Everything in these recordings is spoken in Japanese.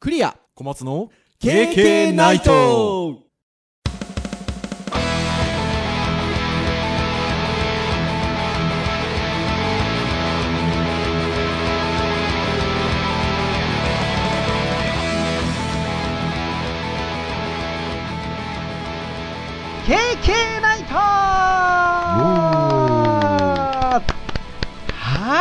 クリア小松の KK ナイトは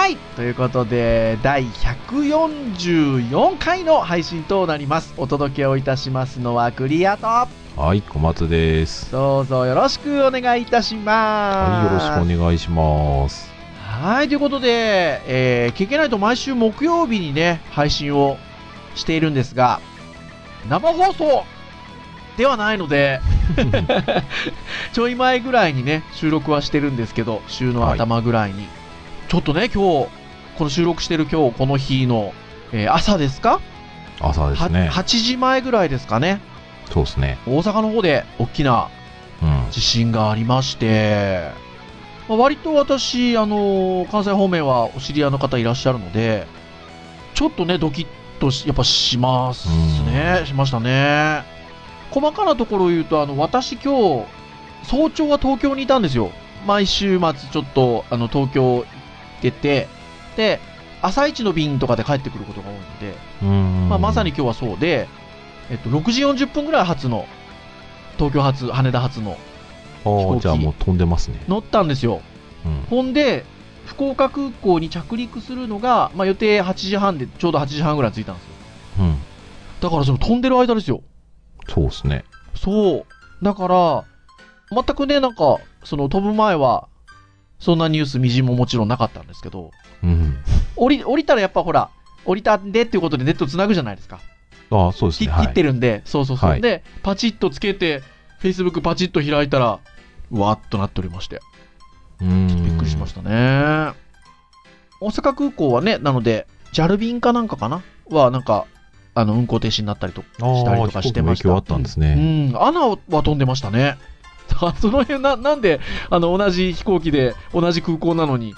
い。ということで、第144回の配信となります。お届けをいたしますのはクリアと、はい、小松です。どうぞよろしくお願いいたしはい、よます。ろしくお願いします。はい、ということで、えー、聞けないと毎週木曜日にね、配信をしているんですが、生放送ではないので、 ちょい前ぐらいにね、収録はしてるんですけど、週の頭ぐらいに。ちょっとね、今日、この収録してる今日、この日の、えー朝ですか朝ですねは。8時前ぐらいですかね。そうですね。大阪の方で大きなうん。地震がありまして、まあ、割と私、あのー関西方面はお知り合いの方いらっしゃるので、ちょっとね、ドキッとし、やっぱしますね、しましたね。細かなところを言うと、あの、私今日、早朝は東京にいたんですよ。毎週末ちょっと、あの、東京行ってて、で、朝一の便とかで帰ってくることが多いので、うん。まあ、まさに。今日はそうで、えっと、6時40分ぐらい発の、東京発、羽田発のあ行あ、機じゃあもう飛んでますね。乗ったんですよ。うん。ほんで、福岡空港に着陸するのが、まあ、予定8時半で、ちょうど8時半ぐらいに着いたんですよ。うん。だからその飛んでる間ですよ。そうですね。そう。だから、全くね、なんか、その飛ぶ前は、そんなニュースみじんももちろんなかったんですけど、うん。降り、降りたらやっぱほら、降りたんでっていうことでネット繋ぐじゃないですか。ああ、そうです切ね。は切ってい。るんで、そうそうそう。はいで、パチッとつけて、Facebook パチッと開いたら、うわーっとなっておりまして。うん。びっくりしましたね。大阪空港はね、なので、JAL 便かなんかかなは、なんか、あの、運航停止になったりとかああ、したり飛とかし行機てもま影した。響あったんですね。うん、アナは飛んでましたね。 その辺な、なんで、あの、同じ飛行機で、同じ空港なのに、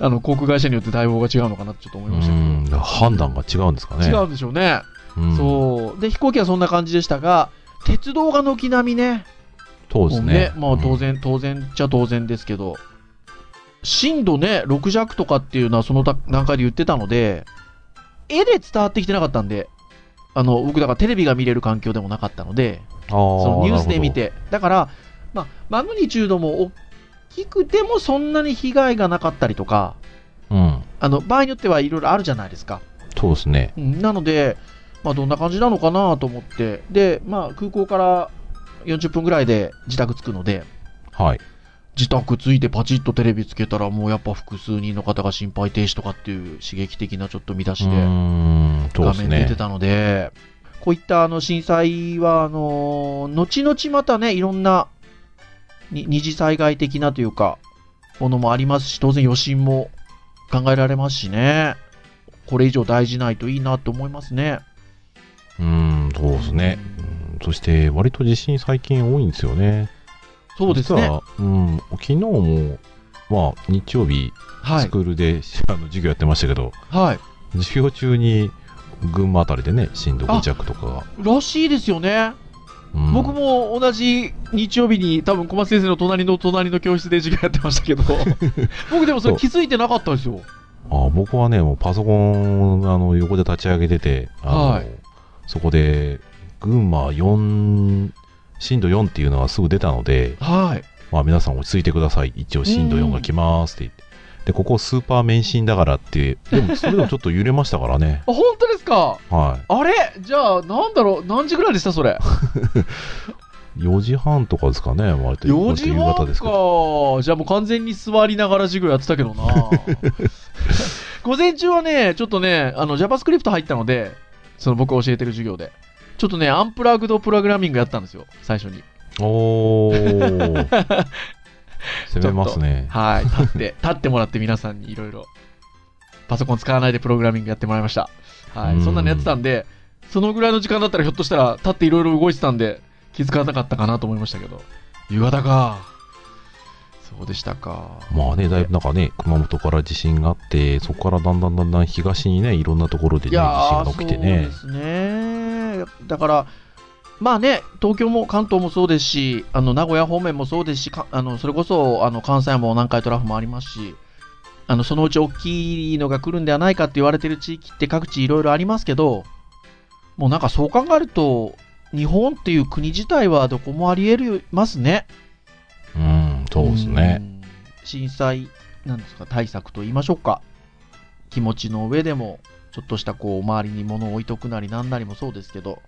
あの、航空会社によって対応が違うのかなってちょっと思いうましたけん。だから判断が違うんですかね。ど、違うんでしょうね。うん。そう。で、飛行機はそんな感じでしたが、鉄道が軒並みね、そうですね。もうまあ当うん。然、当然っちゃ当然ですけど、震度ね、6弱とかっていうのはその段階で言ってたので、絵で伝わってきてなかったんで、あの、僕だからテレビが見れる環境でもなかったので、ああ、そのニュースで見なるて、だから、まあ、マグニチュードも大きくてもそんなに被害がなかったりとか、ほど。うん。あの、場合によってはいろいろあるじゃないですか。そうですね。うんなので、まあ、どんな感じなのかなと思って、で、まあ、空港から40分ぐらいで自宅着くので、はい。自宅ついてパチッとテレビつけたらもうやっぱ複数人の方が心肺停止とかっていう刺激的なちょっと見出うしでーん。そうで画す面出てね。たので、こういったあの震災はあのー後々またねいろんなに二次災害的なというかものもありますし当然余震も考えられますしねこれ以上大事ないといいなと思いますねうん、そうですね。うんそして、割と地震最近多いんですよね。そうですね実は、うん、昨日も、まあ、日曜日、はスいクールで、 あの授業やってましたけど、はい授業中に、群馬あたりでね、震度5弱とかが、らしいですよねうん僕も同じ日曜日に多分小松先生の隣の隣の教室で授業やってました けど僕でもそれ気づいてなかったんですよあ僕はね、もうパソコンあの横で立ち上げてて、あのはいそこで、群馬4、震度4っていうのがすぐ出たので、はい。まあ、皆さん落ち着いてください、一応震度4が来ますって言って。でここスーパー免震だからって、でもそれでもちょっと揺れましたからねあ本当ですかはい。あれじゃあなんだろう何時ぐらいでしたそれ4時半とかですかね、割と4時半割かと夕方ですけど。じゃあもう完全に座りながら授業やってたけ どな午前中はねちょっとねあの JavaScript 入ったのでその僕が教えてる授業でちょっとねアンプラグドプログラミングやったんですよ最初におー。 攻めますね。はい、立って、立ってもらって皆さんにいろいろ、パソコン使わないでプログラミングやってもらいました。はうい、んそんなのやってたんで、そのぐらいの時間だったらひょっとしたら立っていろいろ動いてたんで、気づかなかったかなと思いましたけど、夕方か。そうでしたか。まあね、だいぶなんかね、熊本から地震があって、そこからだんだんだんだん東にね、いろんなところでいね、地や震ーが起きてね。そうですね。だから、まあね、東京も関東もそうですし、あの名古屋方面もそうですし、かあのそれこそあの関西も南海トラフもありますし、あのそのうち大きいのが来るんではないかって言われてる地域って各地いろいろありますけど、もうなんかそう考えると、日本っていう国自体はどこもあり得ますね。うん、そうですね。ん。震災なんですか対策と言いましょうか。気持ちの上でも、ちょっとしたこう周りに物を置いとくなりなんなりもそうですけど、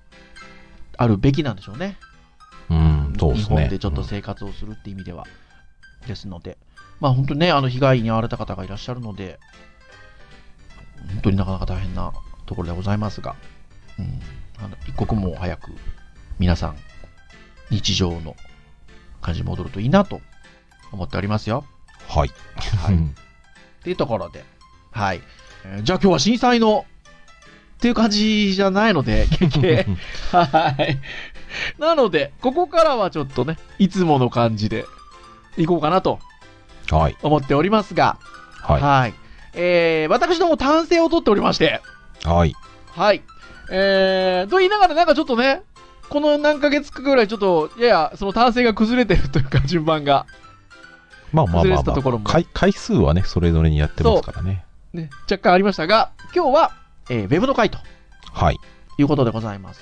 あるべきなんでしょうね。うん、そうで日すね。本でちょっと生活をするって意味では。ですので、まあ本当にね、あの被害に遭われた方がいらっしゃるので、本当になかなか大変なところでございますが、うん、あの一刻も早く皆さん、日常の感じに戻るといいなと思っておりますよ。うんはい。はいうんっていうところで。はい。えーじゃあ今日は震災の、っていう感じじゃないの で、けけはい。なので、ここからはちょっとね、いつもの感じで、いこうかなと はい。思っておりますが、はい。えー、私ども単性を取っておりまして、はい。はい。えー、と言いながらなんかちょっとね、この何ヶ月かぐらいちょっと、やや、その単性が崩れてるというか、順番が。まあまあ忘れまてあ、たところまもあ、回回数はね、それぞれにやってますからね。ね、若干ありましたが、今日は、えー、ウェブの回と はい。ということでございます。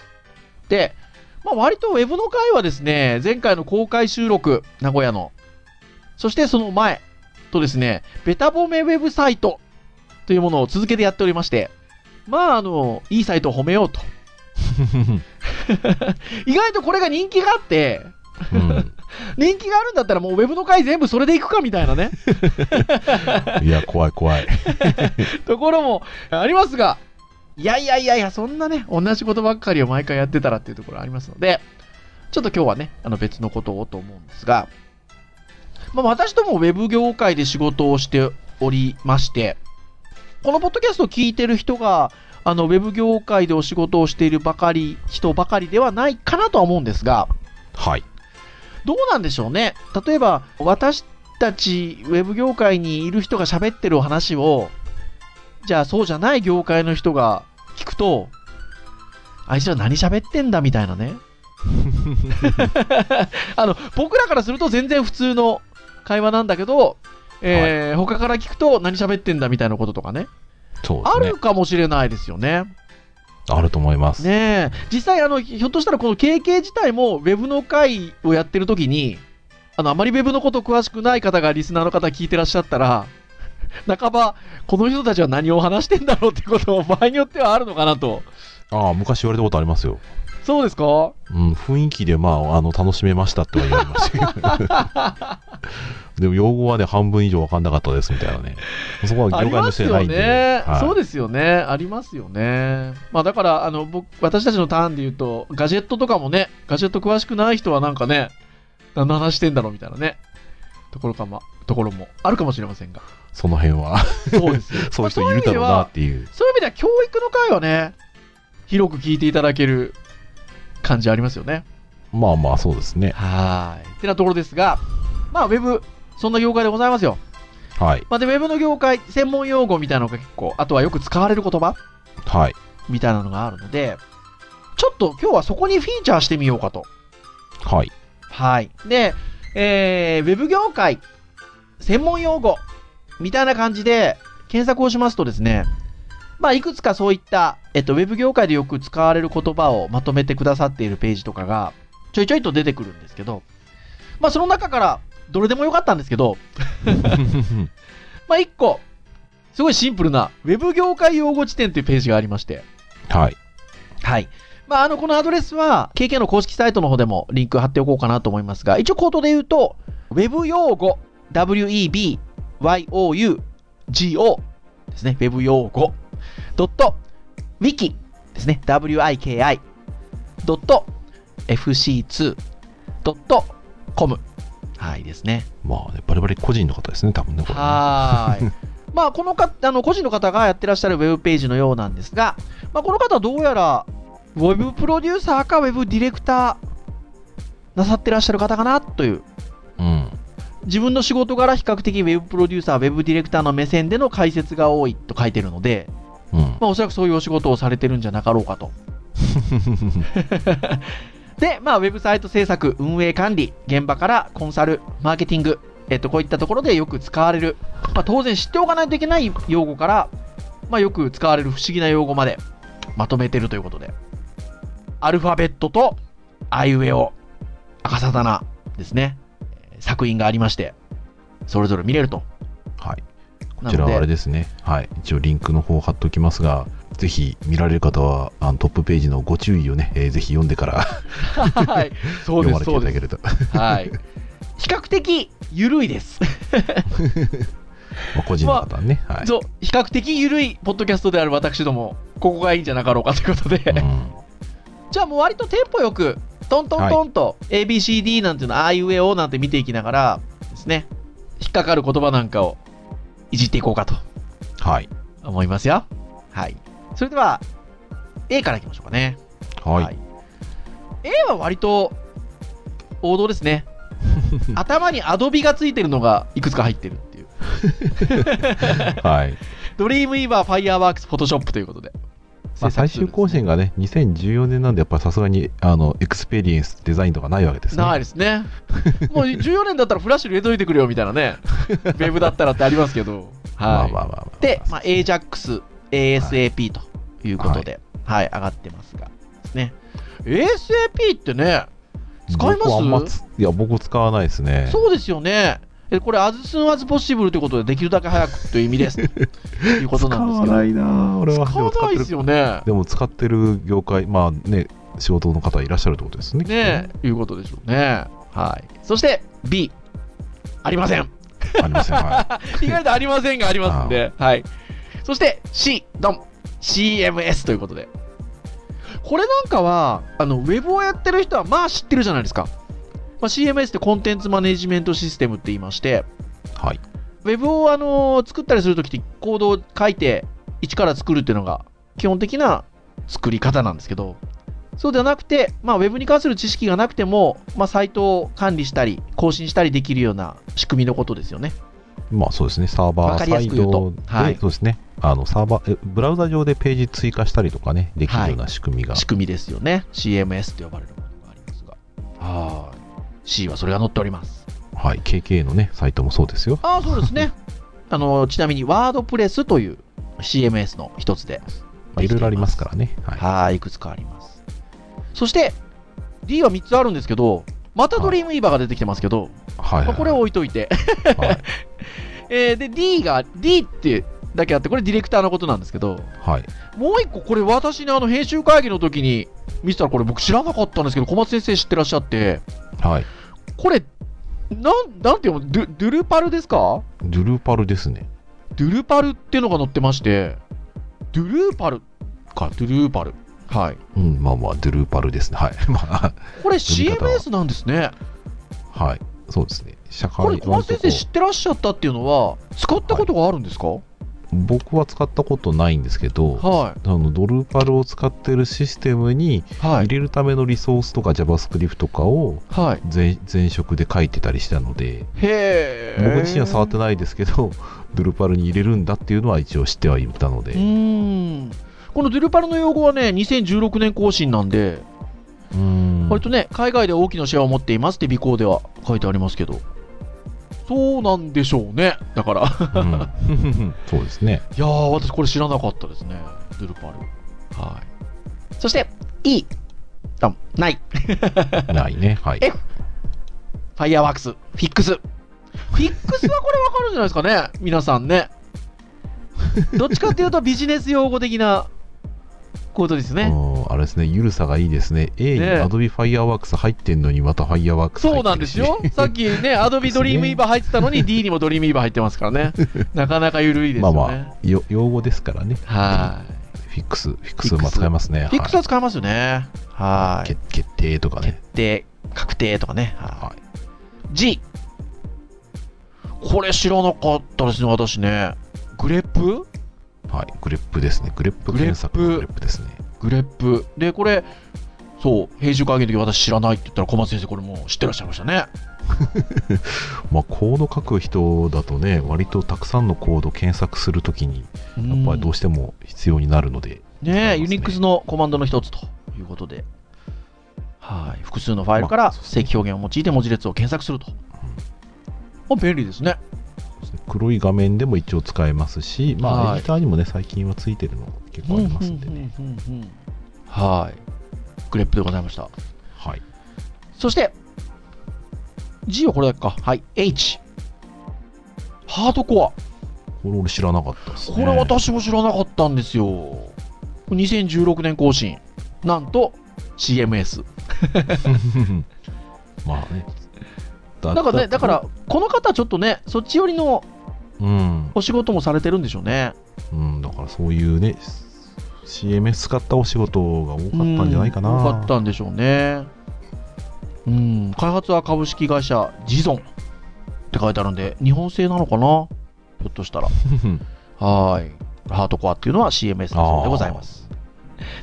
で、まあ、割とウェブの回はですね、前回の公開収録、名古屋の、そしてその前とですね、ベタ褒めウェブサイトというものを続けてやっておりまして、まあ、あの、いいサイトを褒めようと。意外とこれが人気があって、うん人気があるんだったらもうウェブの回全部それでいくかみたいなね、いや、怖い怖い。ところもありますが、いやいやいやいや、そんなね、同じことばっかりを毎回やってたらっていうところありますので、ちょっと今日はね、あの別のことをと思うんですが、まあ、私どもウェブ業界で仕事をしておりまして、このポッドキャストを聞いてる人が、あのウェブ業界でお仕事をしているばかり、人ばかりではないかなとは思うんですが、はい。どうなんでしょうね。例えば、私たちウェブ業界にいる人が喋ってるお話を、じゃあそうじゃない業界の人が聞くと、あいつら何喋ってんだみたい なね。あの、僕らからすると全然普通の会話なんだけど、えー他から聞くと何喋ってんだみたいなこととかね。そうであすねる。かもしれないですよね。あると思います。ねえ実際あのひょっとしたらこの KK 自体もウェブの会をやってる時にあのあまりウェブのこと詳しくない方がリスナーの方聞いてらっしゃったら 半ばこの人たちは何を話してんだろうってことも場合によってはあるのかなとああ、昔言われたことありますよ。そうですかうん、雰囲気で、まあ、あの、楽しめましたっては言われましたけど。でも、用語はね、半分以上分かんなかったですみたいなね。そこはあ業界りのま人すじゃなよいんで。ね、はいそうですよねありますよねまあだからあの僕私たちのターンで言うとガジェットとかもねガジェット詳しくない人はなんかね何の話してんだろうみたいなねところかもところもあるかもしれませ んがその辺は、そうですよそういう人いるだろうなっていう。そういう意味では教育の会はね、広く聞いていただける感じありますよね。まあまあ、そうですね。はーい。ってなところですが、まあ、ウェブ、そんな業界でございますよ。はい。まあ、で、ウェブの業界、専門用語みたいなのが結構、あとはよく使われる言葉はい。みたいなのがあるので、ちょっと今日はそこにフィーチャーしてみようかと。はい。 はい。で、えー、ウェブ業界、専門用語、みたいな感じで検索をしますとですね、まあ、いくつかそういった、えっと、ウェブ業界でよく使われる言葉をまとめてくださっているページとかが、ちょいちょいと出てくるんですけど、まあ、その中から、どれでもよかったんですけど、まあ、一個、すごいシンプルな、ウェブ業界用語辞典というページがありまして、はい。はい。まあ、あの、このアドレスは、KK の公式サイトの方でもリンク貼っておこうかなと思いますが、一応口頭で言うと、Web 用語、WEBYOUGO ですね。Web 用語。ドット、Wiki ですね。WIKI。ドット、FC2。ドット、COM。はいですね。まあね、バリバリ個人の方ですね、多分ね、これね。はーい。まあ、このかあの個人の方がやってらっしゃるウェブページのようなんですが、まあ、この方はどうやら、ウェブプロデューサーかウェブディレクターなさってらっしゃる方かなという、うん。自分の仕事柄比較的ウェブプロデューサー、ウェブディレクターの目線での解説が多いと書いてるので、うん。 まあ、おそらくそういうお仕事をされてるんじゃなかろうかとで、まあ、ウェブサイト制作、運営管理、現場からコンサル、マーケティング、えっと、こういったところでよく使われる、まあ、当然知っておかないといけない用語から、まあ、よく使われる不思議な用語までまとめてるということで、アルファベットとアイウェオ、赤さだなですね、えー作品がありまして、それぞれ見れると。はい。こなちらのはあれで、ですね。はい。一応リンクの方貼っときますが、ぜひ見られる方は、あのトップページのご注意をね、えーぜひ読んでから はい、そう読で、ますれていそたうだでけす。ると。はい。比較的緩いです。まあ個人の方はね。はい。そう、比較的緩いポッドキャストである私ども、ここがいいんじゃなかろうかということで、うんじゃあもう割とテンポよく、トントントンと、ABCD なんていうの、あいうえおなんて見ていきながらですね、引っかかる言葉なんかをいじっていこうかとはい。思いますよ。はい。それでは、A からいきましょうかね。はい。 A は割と王道です ね。頭にアドビがついてるのがいくつか入ってるっていう。はい。ドリームイーバー、ファイアワークス、フォトショップということで。まあ、最終更新がね、2014年なんで、やっぱりさすがに、あの、エクスペリエンス、デザインとかないわけですね。ないですね。もう14年だったらフラッシュ入れといてくれよみたいな ね。ウェブだったらってありますけど。まはあい。まあまあまあ。で、まあ、AJAX、ASAP ということで、はい、上がってますが。ね。ASAP ってね、使います僕はあんまついや、僕使わないですね。そうですよね。えこれ、as soon as possible ということで、できるだけ早くという意味です。 ということなんですけど。いな俺は。使わないですよね。でも使ってる業界、まあね、仕事の方いらっしゃるってことですね。ねえ、いうことでしょうね。はい。そして、B。ありません。きっとねありません。は 意外とありませんがありますんで、はい。そして C、ドン CMS ということで。これなんかは、あの、ウェブをやってる人はまあ知ってるじゃないですか。まあ、CMS ってコンテンツマネジメントシステムって言いまして、い。はい。ウェブをあの作ったりするときってコードを書いて一から作るっていうのが基本的な作り方なんですけど、そうではなくて、まあ、ウェブに関する知識がなくても、まあ、サイトを管理したり、更新したりできるような仕組みのことですよね。まあそうですね、サーわバかーりサやすイく言うとドで、はいそうですね、あのサーバー、えブラウザ上でページ追加したりとかね、できるような仕組みが。仕組みですよね CMS と呼ばれるものがありますがはい C はそれが載っておりますはい、KK のね、サイトもそうですよ。ああそうですね あのちなみにワードプレスという CMS の一つでまあ、いろいろありますからね。はい。はいいくつかありますそして D は3つあるんですけどまたドリームイーバーが出てきてますけど、はい、まあこれを置いといて、 はい。えーで D が D ってだけあってこれディレクターのことなんですけどはい。もう一個これ私ねあの編集会議の時に見てたらこれ僕知らなかったんですけど小松先生知ってらっしゃってはい。これ、なん、なんていうの、ドゥドゥルパルですかドゥルーパルですね。ドゥルパルっていうのが載ってまして、ドゥルーパルか、ドゥルーパル。はい。うん、まあまあ、ドゥルーパルですね。はい。 まあ、これ読み方は CMS なんですね。はい。そうですね。社会これ、小松先生知割とこってらっしゃったっていうのは、使ったことがあるんですかはう僕は使ったことないんですけど、い。あのドルーパルを使ってるシステムには入い。れるためのリソースとか JavaScript とかをはい。前前職で書いてたりしたので、へえ。僕自身は触ってい。ないですけど、ドルーパルに入れるんだっていうのは一応知ってはいたので、うーん。このドゥルパルの用語はね、2016年更新なんで、うん割とね、海外で大きなシェアを持っていますって、備考では書いてありますけど。そうなんでしょうね。だ から。うんそうですね。いやー、私これ知らなかったですね。ドゥルパル。はい。そして、E。あ、ない。ないね。はい。 F ファイアワークス。フィックス。フィックスはこれわかるんじゃないですかね。皆さんね。どっちかっていうとビジネス用語的なことですうね。んあれですね、ゆるさがいいですね。A にね Adobe Fireworks 入ってんのに、また Fireworks そ入うっなんてるしですよ。さっきね、アドビドリームイーバー入ってた のに D にもドリームイーバー入ってますからね。なかなか緩いですまあよね。まあ、よ用語ですからね。はフィい。ックス、フィックス、フィックスまあ、使えますね。フィックスはは使えますよね。はいい。決決定とかね決。定、確定とかね。ははいい、G。これ知らなかったですね、私ね。グレップはい、グレップですね。グレップグレップ検索のグレップですね。グレップ。で、これ、そう、編集会議の時私知らないって言ったら、小松先生、これもう知ってらっしゃいましたね。まあ、コード書く人だとね、割とたくさんのコード検索するときに、やっぱりどうしても必要になるので、ねねユニックスのコマンドの一つということで、はい複数のファイルかまらあそうです正規表現を用いて文字列を検索すると。あ便利ですね。黒い画面でも一応使えますし、まはあ、いエディターにもね、最近はついてるの結構ありますんでね。うんうんうんうんはい。グレップでございました。はい。そして、G はこれだけか。はい。H。ハードコア。これ俺知らなかったですこね。れ私も知らなかったんですよ。2016年更新。なんと CMS。 まあね。だだからね、だか、だら、この方ちょっとね、そっち寄りのうん。お仕事もされてるんでしょうね。うん、だからそういうね、CMS 使ったお仕事が多かったんじゃないかな。うん多かったんでしょうね。うん、開発は株式会社ジゾンって書いてあるんで、日本製なのかなひょっとしたら。はーい。ハートコアっていうのは CMS だそうでございます。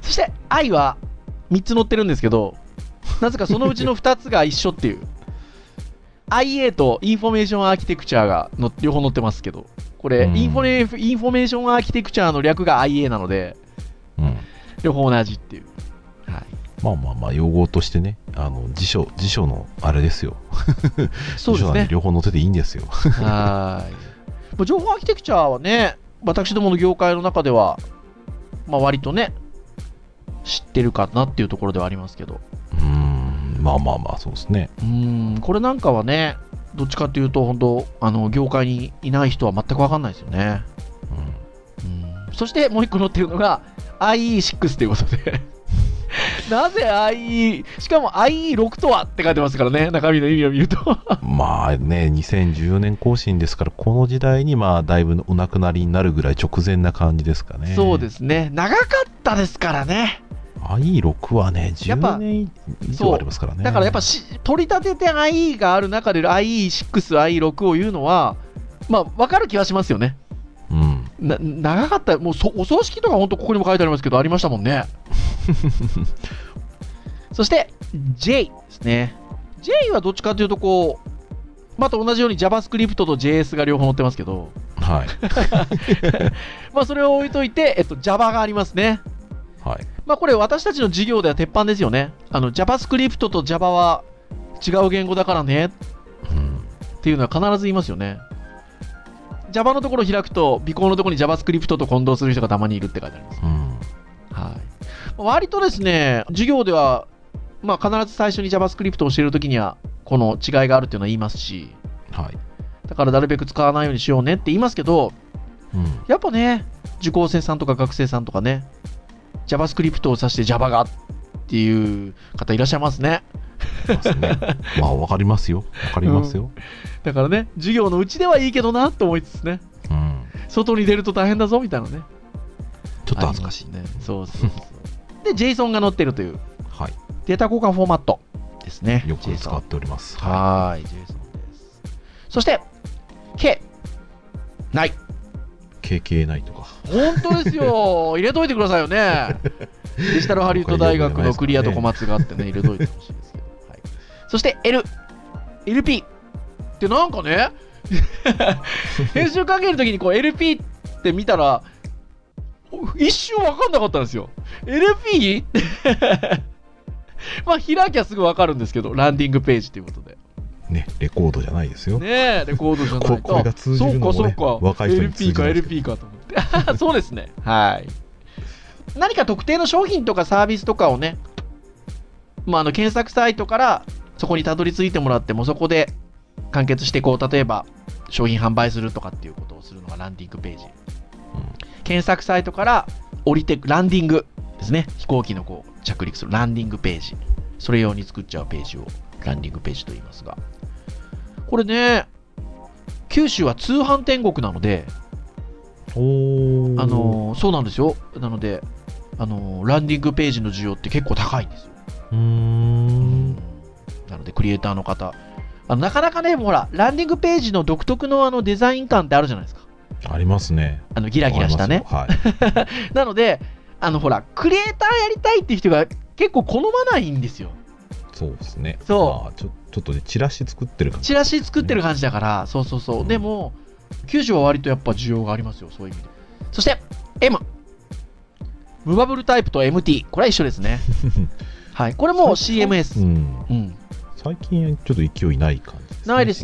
そして、愛は3つ載ってるんですけど、なぜかそのうちの2つが一緒っていう。IA とインフォメーションアーキテクチャがの両方載ってますけど、これ、うんインフォレインフォメーションアーキテクチャの略が IA なので、 うん。両方同じっていう。はい、まあまあまあ、用語としてね、あの辞書、辞書のあれですよ。そ辞うです書なんねて。両方載せていいんですよ。はい。まあ情報アーキテクチャはね、私どもの業界の中では、まあ、割とね、知ってるかなっていうところではありますけど、うん、まあまあまあ、そうですね。うーん、これなんかはね、どっちかというと、本当あの業界にいない人は全く分かんないですよね。うんそしてもう一個載ってるのが IE6 ということで。 なぜ IE、しかも IE6 とはって書いてますからね、中身の意味を見ると。うん、まあね、2014年更新ですから、この時代に、まあ、だいぶお亡くなりになるぐらい直前な感じですかね。。そうですすね、長かったですからね。 IE6 はね、やっぱ10年以上ありますからね。だからやっぱし取り立てて IE がある中で IE6、IE6 を言うのは、まあ分かる気はしますよね。うん。な長かった、もうそお葬式とか本当ここにも書いてありますけど、ありましたもんね。そして J ですね。J はどっちかというとこう、また同じように JavaScript と JS が両方載ってますけど、はい。まあそれを置いといて、えっと、Java がありますね。はい。まあこれ私たちの授業では鉄板ですよね。あの JavaScript と Java は違う言語だからねうん。っていうのは必ず言いますよね。Java のところを開くと、尾行のところに JavaScript と混同する人がたまにいるって書いてあります。うん。はい、割とですね、授業では、まあ、必ず最初に JavaScript を教えるときには、この違いがあるっていうのは言いますし、はい。だからなるべく使わないようにしようねって言いますけど、うん。やっぱね、受講生さんとか学生さんとかね、JavaScript を指して Java がっていう方いらっしゃいますね。ます ね。まあ、わかりますよ。わかりますよ。だからね、授業のうちではいいけどなと思いつつね、うん。外に出ると大変だぞみたいなね。ちょっと恥ずかしい。いね。そうそうそう。で、JSON が載ってるというはい。データ交換フォーマットですね。よく JSON 使っております。はーい、JSON です。そして、K。ない。 KK ないとか。本当です よ。入れといてくださいよね。デジタルハリウッド大学のクリアと小松があ ってね、入れといてほしいですけど。はい、そして、L。LP。ってなんか ね、編集かけるときにこう LP って見たら、一瞬わかんなかったんですよ。LP? って まあ開きゃすぐわかるんですけど、ランディングページということで。ね、レコードじゃないですよ。ねえ、レコードじゃなこい声が通じるのもねそうか、そうか。若い人に通じ LP か、るんです LP かと思って。あは はそうですね。はい。何か特定の商品とかサービスとかをね、まあ、あの検索サイトからそこにたどり着いてもらっても、そこで完結してこう、例えば商品販売するとかっていうことをするのがランディングページ。検索サイトから降りて、ランディングですね。飛行機のこう着陸するランディングページ。それ用に作っちゃうページをランディングページと言いますが。これね、九州は通販天国なので、おあ、のーそうなんですよ。なので、あのーランディングページの需要って結構高いんですよ。うーん。なので、クリエイターの方。あのなかなかね、ほら、ランディングページの独特のあのデザイン感ってあるじゃないですか。ありますね。あのギラギラしたね。ありますよなので、あのほら、クリエイターやりたいっていう人が結構好まないんですよ。はい。そうですね。そうまあちょちょっとね、チラシ作ってる感じ。チラシ作ってる感じだから、そうそうそう。でも、九州は割とやっぱ需要がありますよ、そういう意味で。そして、M。ムバブルタイプと MT、これは一緒ですね。はい、これも CMS。うん。うん、最近ちょっと勢いない感じですね。ないです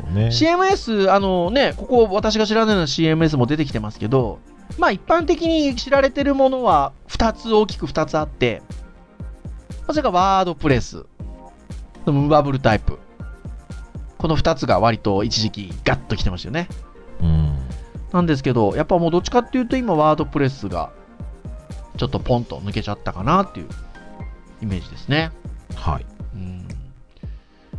テクサスアートね CMS、あのね、ここ私が知らないのは CMS も出てきてますけど、まあ一般的に知られてるものは2つ大きく2つあって、まあそれがワードプレス、ムーバブルタイプ。この2つが割と一時期ガッときてましたよね。うん。なんですけど、やっぱもうどっちかっていうと今ワードプレスがちょっとポンと抜けちゃったかなっていうイメージですね。はい。うん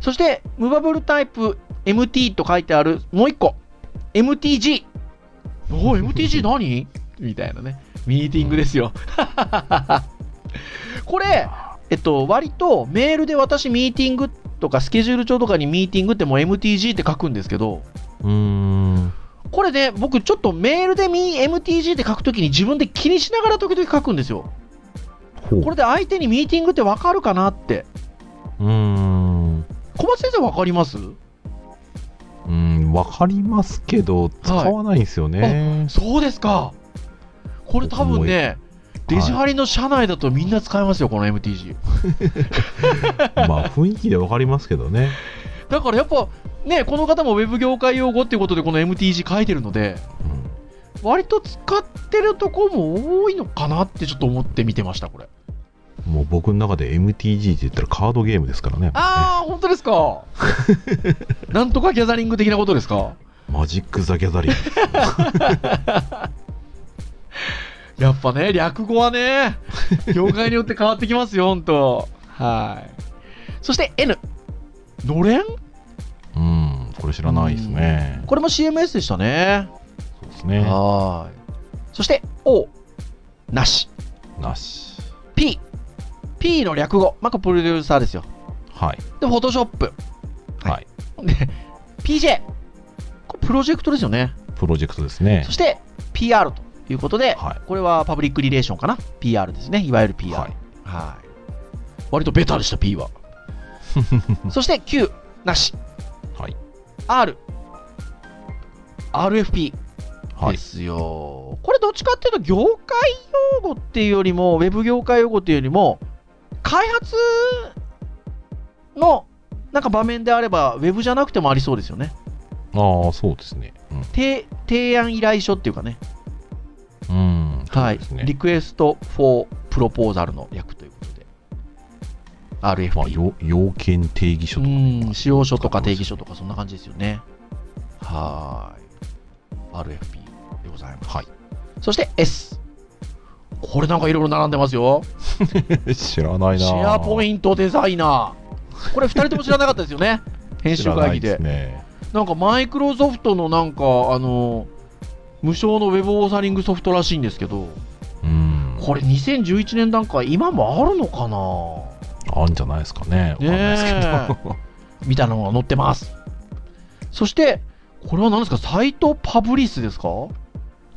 そして、ムバブルタイプ MT と書いてあるもう一個、MTG。おお、MTG 何みたいなね。ミーティングですよ。 これ、えっと、割とメールで私ミーティングとかスケジュール帳とかにミーティングってもう MTG って書くんですけど、うーん。これね、僕ちょっとメールでミ MTG って書くときに自分で気にしながら時々書くんですよ。ほう。これで相手にミーティングってわかるかなって。うーん。う小松先生わかりますーん。わかりますけど、使わないんですよね。そうですか。これ多分ね、重いデジハリの社内だとみんな使いますよ、この MTG。 まあ、雰囲気でわかりますけどね。だからやっぱ、ね、この方もウェブ業界用語っていうことでこの MTG 書いてるので、うん割と使ってるとこも多いのかなってちょっと思って見てました、これ。もう僕の中で MTG って言ったらカードゲームですからね。あー、本当ですか。 なんとかギャザリング的なことですか。マジック・ザ・ギャザリング。やっぱね、略語は ね、業界によって変わってきますよ、本当はい。そして N。のれんうん。これ知らないですね。これも CMS でしたね。そうですね。はーい。そして、O、なし。なし。 P、P の略語。まあ、これプロデューサーですよ。はい。で、フォトショップ。はいはい。で、PJ。これプロジェクトですよね。プロジェクトですねそ。して、PR ということで、はいこれはパブリックリレーションかな。PR ですね。いわゆる PR。ははいい。割とベタでした、P は。そして、Q、なし。はい。 R、RFP。はでい。すよ。これどっちかっていうと業界用語っていうよりも、ウェブ業界用語っていうよりも、開発のなんか場面であれば、ウェブじゃなくてもありそうですよね。ああ、そうですね。うん提提案依頼書っていうかね。うん。はそいうです。ねリクエストフォープロポーザルの略ということで。まあ、 RFP。要要件定義書うとか、ん、使用書とか定義書とかそんな感じですよね。はーい。RFP でございます。はいそして S。これなんかいろいろ並んでますよ。 知らないなシェアポンイントデザイナー。これ2人とも知らなかったです よね。編ト集会議で。すねなんかマイクロソフトのなんか、あの、無償のウェブオーサリングソフトらしいんですけど、うんこれ2011年段階、今もあるのかなあんじゃないですかねわかんないですけど、みたいなのが載ってます。そして、これは何ですかサイトパブリスですかこ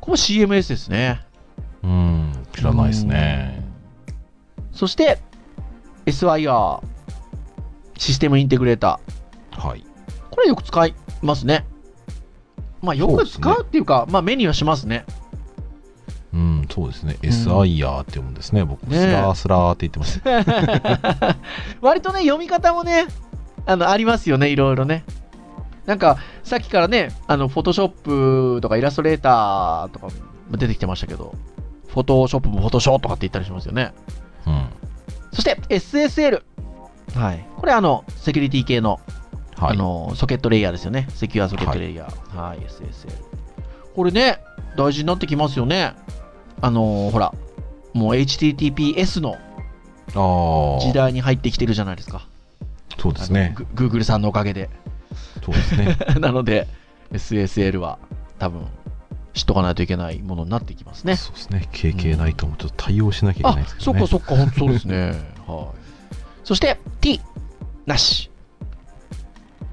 れも CMS ですね。うん知らないですねそして、SIR、システムインテグレータはいー。これよく使いますね。まあよく使うっていうか、まあ目にはしますね。うんそうですね SIR って読むんですね僕ねえスラースラーって言ってました割とね、読み方もね、あの、ありますよね、いろいろね。なんか、さっきからね、あの、フォトショップとかイラストレーターとかも出てきてましたけど、フォトショップもフォトショーとかって言ったりしますよね。うんそして、SSL。はい。これ、あの、セキュリティ系のはあいのソケットレイヤーですよね。セキュアソケットレイヤー。はい、SSL。これね、大事になってきますよね。あのーほら、もう HTTPS のあ時あ代に入ってきてるじゃないですか。そうですねあのグ Google さんのおかげで。そうですねなので、SSL は多分、知っとかないといけないものになってきます ね。そうですね経験ないともちょっと対応しなきゃいけあないです、けどそっねかそっか、本当そうですね。 はい。そして、T、なし。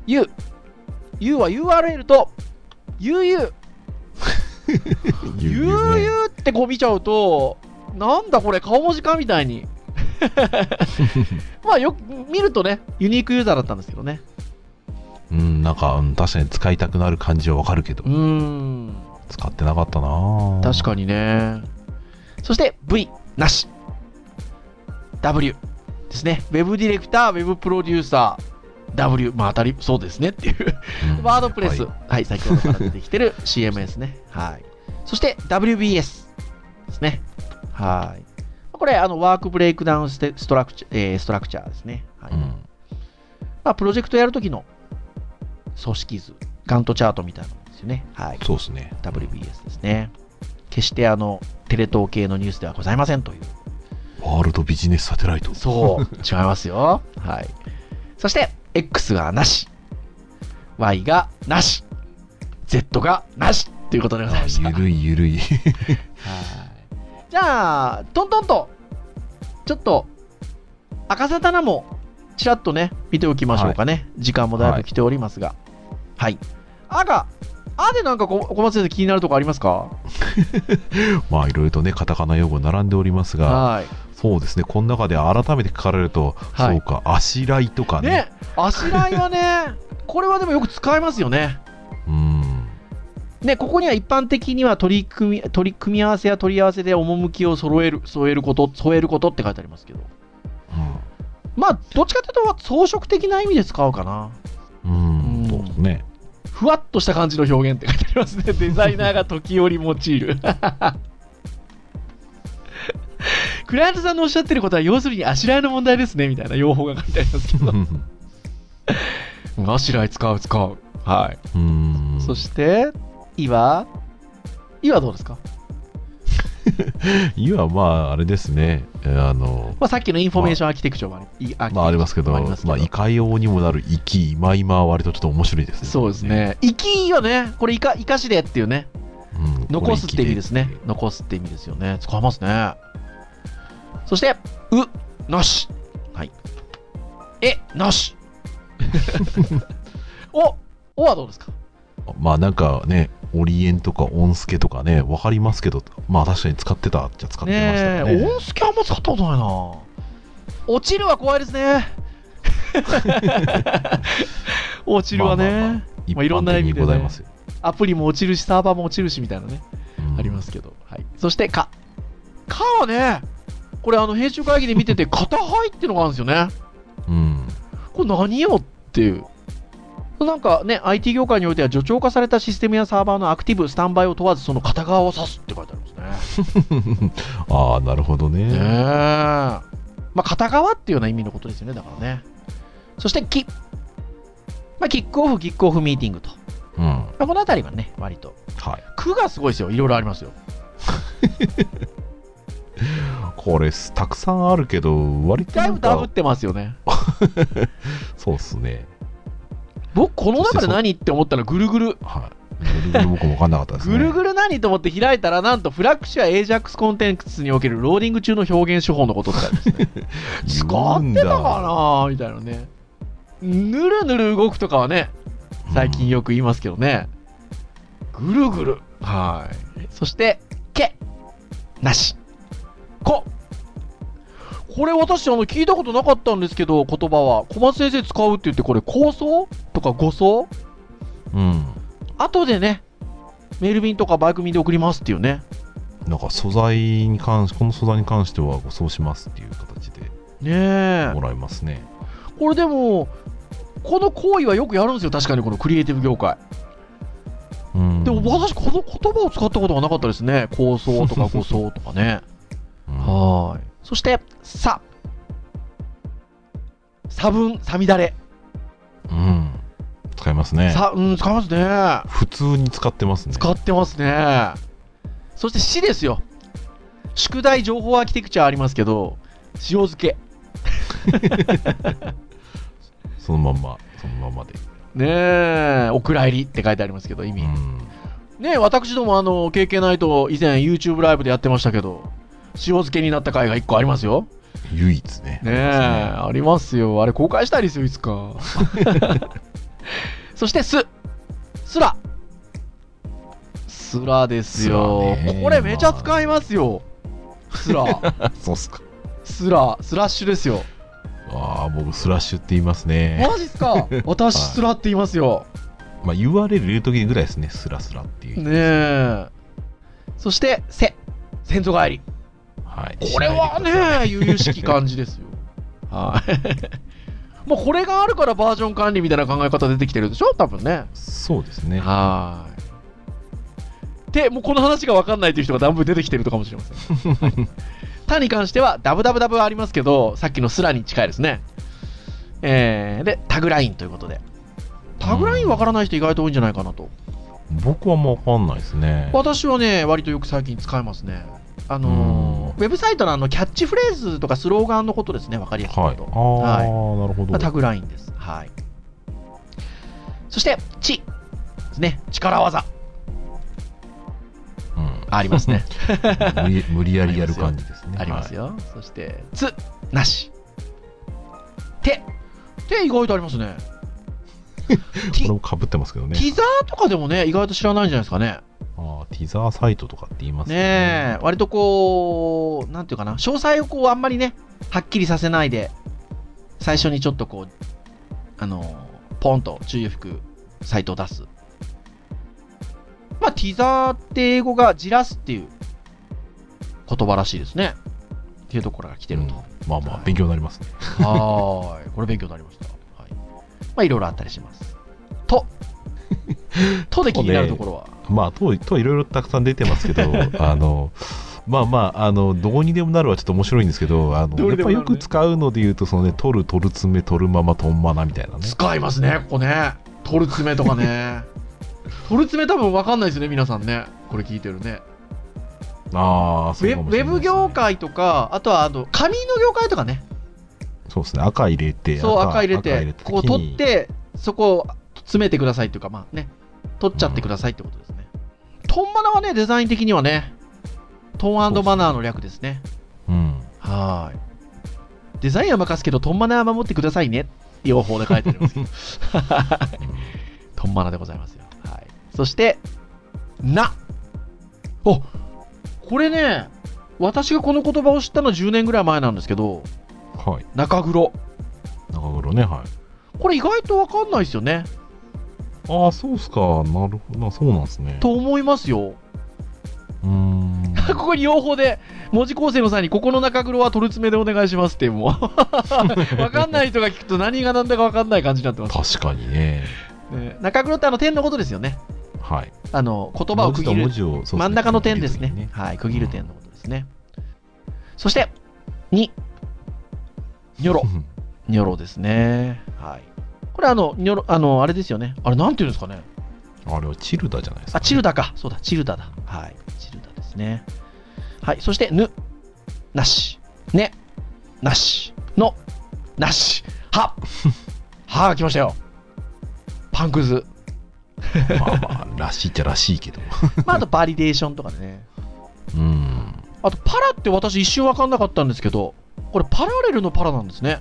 U、U は URL と、UU、ゆうゆうゆうねゆうってこう見ちゃうと、なんだこれ、顔文字かみた いに。まあよく見るとね、ユニークユーザーだったんですけどね。うんなんかうん確かに使いたくなる感じはわかるけどうーん、使ってなかったな確かににね。そして V なし W ですねウェブディレクターウェブプロデューサー W まあ当たりそうですねっていううんワードプレス、ははい、先ほどから出てきてる CMS ね。はい。そして WBS ですね。はい。これ、あの、ワークブレイクダウンステストラクチャー、えーストラクチャーですね。はい。いうんまあ、プロジェクトやるときの組織図、ガントチャートみたいなのですよね。はい。そうですね。 WBS ですね。決して、あの、テレ東系のニュースではございませんという。ワールドビジネスサテライト。そう、違いますよ。はい。そして、X がなし。Y がなし。Z がなし。ということでございました。ゆるいゆるい。 はいじゃあ、トントンと、ちょっと、赤沙汰なも、ちらっとね、見ておきましょうかね。時間もだいぶ来ておりますが。はい。あが、あでなんかこ、小松先生気になるとこありますかまあいろいろとね、カタカナ用語並んでおりますが、はそうですね、この中で改めて書かれると、はいそうか、あしらいとかい。ね。ね、あしらいはね、 これはでもよく使いますよね。うん。ね、ここには一般的には取り組み取り組み合わせや取り合わせで趣を揃える添えること添えることって書いてありますけどまあどっちかというと装飾的な意味で使うかなうん。うんうん。そうですね。 ふわっとした感じの表現って書いてあり ますねデザイナーが時折用いる クライアントさんのおっしゃってることは要するにあしらいの問題ですねみたいな用法が書いてありますけどあしらい使う使うはい、うん。そして「い」は「い」はどうですか、いや、まあ、あれですね。えーあの、まあ、さっきのインフォメーションアーキテクチャもあり,い、まあ、ありますけど、アまーキテクチャもありますけどあ、いかようにもなる生き、今今は割とちょっと面白いですね。そうです。ね。生きいいよね。これ生か、生かしでっていうね。うん、残すって意味ですねこれ。残すって意味ですよね。使いますね。そして、う、なし。はい。え、なし。 お、おはどうですか生きてまあ、なんかね、オリエンとかオンスケとかね、わかりますけど、まあ、確かに使ってたっちゃ使ってましたねえ、よね。音助あんま使ったことないな。落ちるは怖いですね。 落ちるはまね、あまあままあいろんな意味で一般的にごねざいますよ。アプリも落ちるし、サーバーも落ちるしみたいなね。うんありますけど、はい、そして「か」「か」はねこれあの編集会議で見てて「肩入ってのがあるんですよねうん。これ何よっていうなんかね IT 業界においては助長化されたシステムやサーバーのアクティブスタンバイを問わずその片側を指すって書いてありますああ、なるほどねねえね。まあ片側っていうような意味のことですよねだからねそして「き」まあ、キックオフ、キックオフミーティングと。うん。はまあ、この辺りはね、割と。い。区がすごいですよ。いろいろありますよ。これ、たくさんあるけど、割とだないんぶダブか、ってますよね。そうですね。僕この中で何って思ったらぐるぐるはい。ぐるぐる僕も分かんなかったですね。ぐるぐる何と思って開いたらなんとフラッグシュア AJAX コンテンツにおけるローディング中の表現手法のことって書いてあるんですね使ってたかなみたいなねぬるぬる動くとかはね最近よく言いますけどね、ぐるぐるはいそして「け」なし「こ」これ私あの聞いたことなかったんですけど言葉は小松先生使うって言ってこれ構想とか誤想うん。後でね、メール便とかバイク便で送りますっていうね。なんか素材に関しこの素材に関してはご送しますっていう形でねえも。らえますね。これでも、この行為はよくやるんですよ、確かにこのクリエイティブ業界。うんでも私、この言葉を使ったことがなかったですね。構想とか誤想とかね。うんはーい。そして、さ。差分、さみだれ。うん使いますね。さ、うん、使いますね。普通に使ってますね。使ってますね。そして、死ですよ。宿題情報アーキテクチャありますけど、塩漬け。そのまんまそのまんまで。ねえ、お蔵入りって書いてありますけど、意味。うんねえ私どもあの経験ないと以前 YouTube ライブでやってましたけど塩漬けになった回が1個ありますよ唯一ね。ねえありますよあれ公開したいですよいつか そしてすすらすらですよ、すらねこれめちゃ使いますよす ら そうっすか。すらスラッシュですよああ僕スラッシュって言いますね。マジっす か私すらって言いますよまあ URL 入れる時ぐらいですね。スラスラっていう。ねえそしてせ先祖返りはい。これはしないでくださね、い由々しき感じですよ。 はい。 もうこれがあるからバージョン管理みたいな考え方出てきてるでしょ多分ね。そうですね。はい。で、もうこの話が分かんないという人がだいぶ出てきてるとかもしれません。 他に関しては、ダブダブダブはありますけど、さっきのスラに近いですね。えー、で、タグラインということで。タグライン分からない人意外と多いんじゃないかなと。僕はもうわかんないですね。私はね、割とよく最近使いますね。あのーウェブサイトのあのキャッチフレーズとかスローガンのことですね、分かりやすく言はうい。と。ああ、なはいるほまあタど。グラインです。はい。そして、知ですね。力技うんありますね。無 理無理やりやる感じですね。ありますよ。よ。そして、つ、なし。手。手意外とありますね。こテれィもかぶってますけどねテ。ィザーとかでもね、意外と知らないんじゃないですかね。ああ、ティザーサイトとかって言いますよねえ、割とこう、なんていうかな、詳細をこう、あんまりね、はっきりさせないで、最初にちょっとこう、あの、ポンと注意を引くサイトを出す。まあ、ティザーって英語がじらすっていう言葉らしいですね。っていうところが来てると。うんまあまあ、勉強になりますね。はーい。これ勉強になりました。はい。まあ、いろいろあったりします。と。 とで気になるところは。まあ、と、といろいろたくさん出てますけ ど、あの、まあまあ、あの、どうにでもなるはちょっと面白いんですけど、あの、どうやにっでもぱなるねよく使うので言うと、そのね、取る、取る爪、取るまま、とんまなみたいなね。使いますね、ここね。トルツメと かね。トルツメ多分分かんないですね、皆さんね。これ聞いてるね。ああ、ウそうェかブもウしれないですねェブ業。界とか、あとはあの紙の業界とかね。そうですね、赤入れて、そう、赤入れて、こ時うに取っ、て、そこを詰めてくださいっていうか、まあね、取っちゃってくださいってことですね。トンマナはね、デザイン的にはね、トーンマナーの略ですね。うん。はーい。デザインは任すけど、トンマナは守ってくださいね。用法で書いてありますけど。トンマナでございますよ。はい。そして、な。おこれね、私がこの言葉を知ったのは10年ぐらい前なんですけど、はい。中黒。中黒ね、はい。これ意外とわかんないですよね。ああ、そうっすか。なるほど。そうなんですね。と思いますよ。うー ん。ここに用法で、文字構成の際に、ここの中黒は取る詰めでお願いしますって、もう。わかんない人が聞くと何が何だかわかんない感じになってます。確かにね。ね中黒ってあの点のことですよね。はい。あの言葉を区切る文字と文字を、そうっすね真ん中の点ですね区切る時にはい区切る点のことですね、そして2ニョ ロニョロですねはいこれあのニョロあのあれですよねあれなんていうんですかねあれはチルダじゃないですか、あチルダ。ダかそうだチルダだはいチルダですねはいそしてぬなしねなしのなし ははが来ましたよパンく ずまあまあ、らしいっちゃらしいけど。まああとバリデーションとかねうん。あと、パラって私一瞬分かんなかったんですけど、これパラレルのパラなんですね。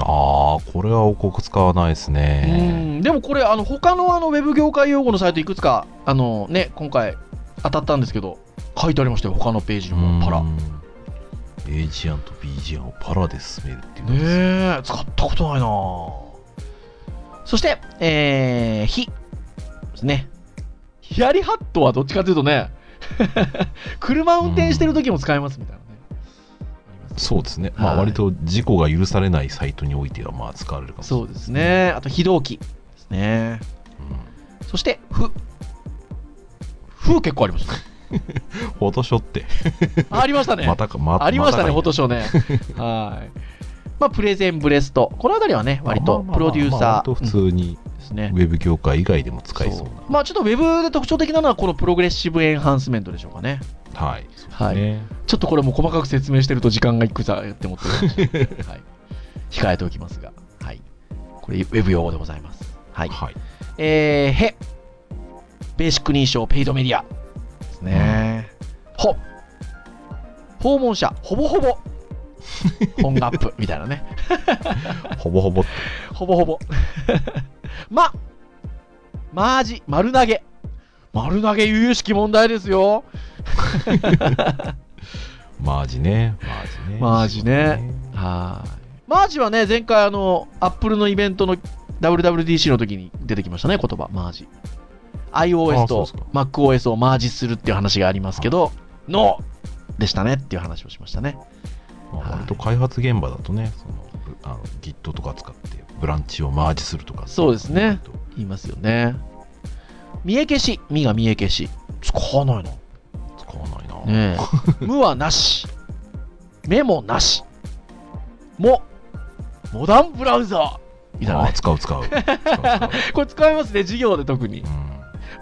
ああ、これはおこく使わないですね。うんでもこれ、あの、他のあの、ウェブ業界用語のサイトいくつか、あのね、今回当たったんですけど、書いてありましたよ、他のページにも、パラ。ね。エイジアンとビージアンをパラで進めるっていうのですえ、使ったことないなぁそして、えー、ひ。ですね。ヒヤリハットはどっちかというとね、 車運転してる時も使えますみたいなね。そうですね。まはあい割と事故が許されないサイトにおいてはまあ使われるかもしれそなういです。ね。あと、非同期ですね。そして、ふ。ふ結構ありましたね。うんフォトショーって、 あありましたね。またか、まありましたね、フォトシショーね。 はい。まあ、プレゼン、ブレスト。この辺りはね、割とプロデューサーと普通にうんですねウ。ェブ業界以外でも使えそうそうまあ、ちょっとウェブで特徴的なのは、このプログレッシブエンハンスメントでしょうかね。な。はい。はい。ねちょっとこれも細かく説明してると時間がいくさって思ってるので、はい。控えておきますが。はい。これ、ウェブ用語でございます。はい。はい。えー、へ。ベーシック認証ペイドメディア。ですね。ほ。訪問者、ほぼほ ぼ。本アップみたいなね。ほぼほぼ、ほぼほぼ。 ま。マージ、丸投げ。丸投げ、由々しき問題ですよ。マージね。マージね。マージね。はーい。マージはね、前回あの、アップルのイベントの WWDC の時に出てきましたね、言葉、マージ。iOS あそうとですか MacOS をマージするっていう話がありますけど、ノーでしたねっていう話をしましたね。まはいあ、割と開発現場だとね、そのあの Git とか使ってブランチをマージするとかそうですねと言いますよね。見え消し、みが見え消し。使わないな。使わないな、ね え無はなし。目もなし。も、モダンブラウザー。みたいなあねー。使う 使う使う使う、これ使いますね、授業で特にう。ん、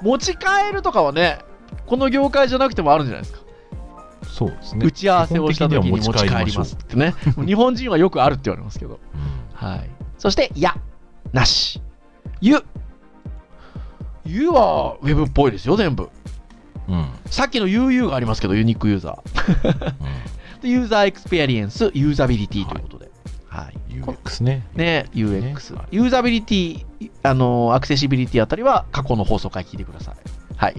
持ち帰るとかはね、この業界じゃなくてもあるんじゃないですか。そうですね打ち合わせをした時に基本持的には持ちち帰帰りりまますすってね。 日本人はよくあるって言われますけど。うんはい。そして、や、なし。ゆ。ゆはウェブっぽいですよ、全部。うんさっきの UU がありますけど、ユニークユーザー。でユーザーエクスペリエンス、ユーザビリティということで。はい。うんこ UX ねね、UX、はいユーザビリティ、あのーアクセシビリティあたりは過去の放送回聞いてください。はい。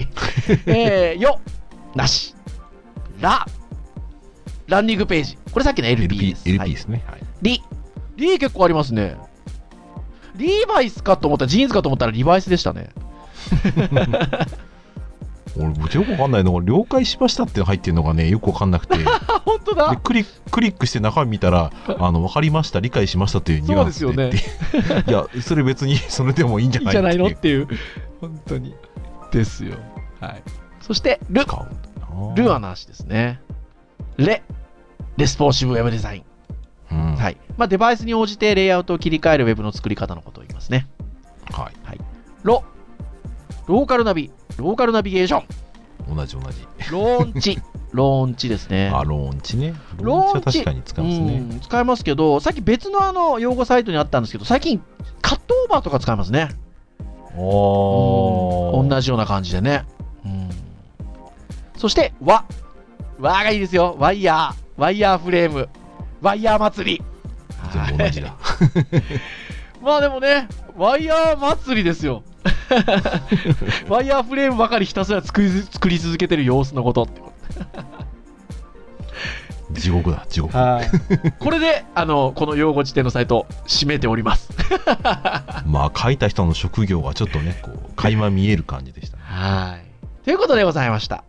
えー、 よ、なし、ら、ランニングページ。これさっきの LP LP, で LP す。はいですね、はいリ、リ結構ありますね。リーバイスかと思ったら、ジーンズかと思ったらリバイスでしたね。俺もちよくわかんないのが了解しましたって入ってるのがねよくわかんなく てであ、本当だ。クリッククリックして中身見たらあの分かりました理解しましたというニュアンスでそうでって いういやそれ別にそれでもいいんじゃいいないじゃないのっってていう。本当に。ですよ。はい。そして、ルいう、使うんだルなはなしですね。レ、レスポンシブウェブデザイン。うんはいまあ、デバイスに応じてレイアウトを切り替えるウェブの作り方のことを言いますね。はいロ、ローカルナビ、ローカルナビゲーション、同じ同じ。ロー ンチ、ローンチですね。あ、ローンチね。ロローーンチンチは確かに使いますね。うん使えますけど、さっき別のあの用語サイトにあったんですけど、最近、カットオーバーとか使いますね。おうんー。同じような感じでね。うんそして、和、和がいいですよ。ワイヤー、ワイヤーフレーム、ワイヤー祭り。全部同じ だ。まあでもね、ワイヤー祭りです よ。ワイヤーフレームばかりひたすら作り作り続けてる様子のことってこ地獄だ、地獄と。。これで、あの、この用語辞典のサイト、締めております。まあ、書いた人の職業がちょっとね、こう、垣間見える感じでしたね。はい。ということでございました。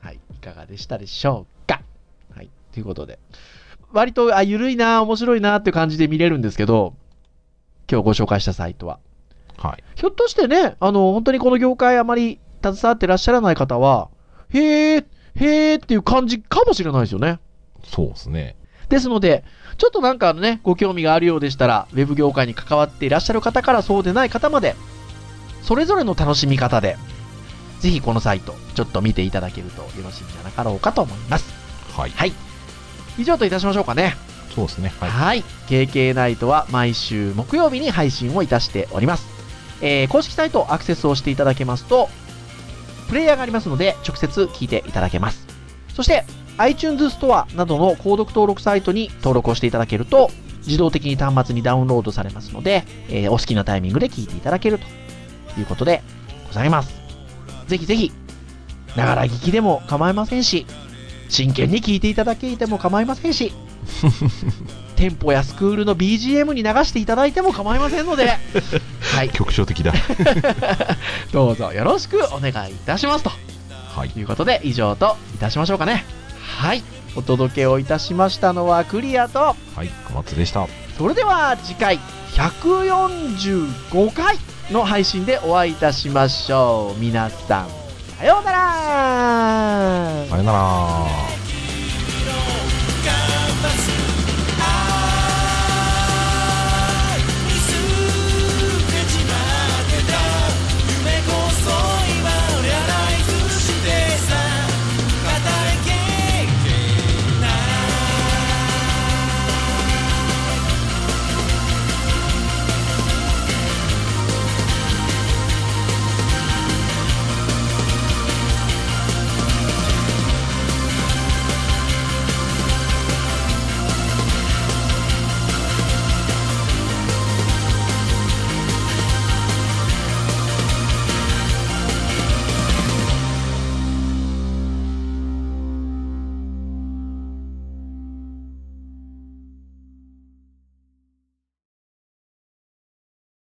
はい。いかがでしたでしょうかはい。ということで。割と、あ、ゆるいな、面白いなっていう感じで見れるんですけど、今日ご紹介したサイトは。はい。ひょっとしてね、あの、本当にこの業界あまり携わってらっしゃらない方は、へー、へーっていう感じかもしれないですよね。そうですね。ですので、ちょっとなんかあのね、ご興味があるようでしたら、ウェブ業界に関わっていらっしゃる方からそうでない方まで、それぞれの楽しみ方で、ぜひこのサイト、ちょっと見ていただけるとよろしいんじゃなかろうかと思います。はい。以上といたしましょうかね。そうですね。はい。はい。KK ナイトは毎週木曜日に配信をいたしております。えー公式サイトアクセスをしていただけますと、プレイヤーがありますので、直接聞いていただけます。そして、iTunes ストアなどの購読登録サイトに登録をしていただけると、自動的に端末にダウンロードされますので、えーお好きなタイミングで聞いていただけるということでございます。ぜひぜひ、ながら聞きでも構いませんし、真剣に聞いていただけても構いませんし、テンポやスクールの BGM に流していただいても構いませんので、はい、局所的だ。どうぞよろしくお願いいたしますとはい。いうことで以上といたしましょうかねはいお届けをいたしましたのはクリアとはい。小松でした。それでは次回145回の配信でお会いいたしましょう皆さんさようならさよなら。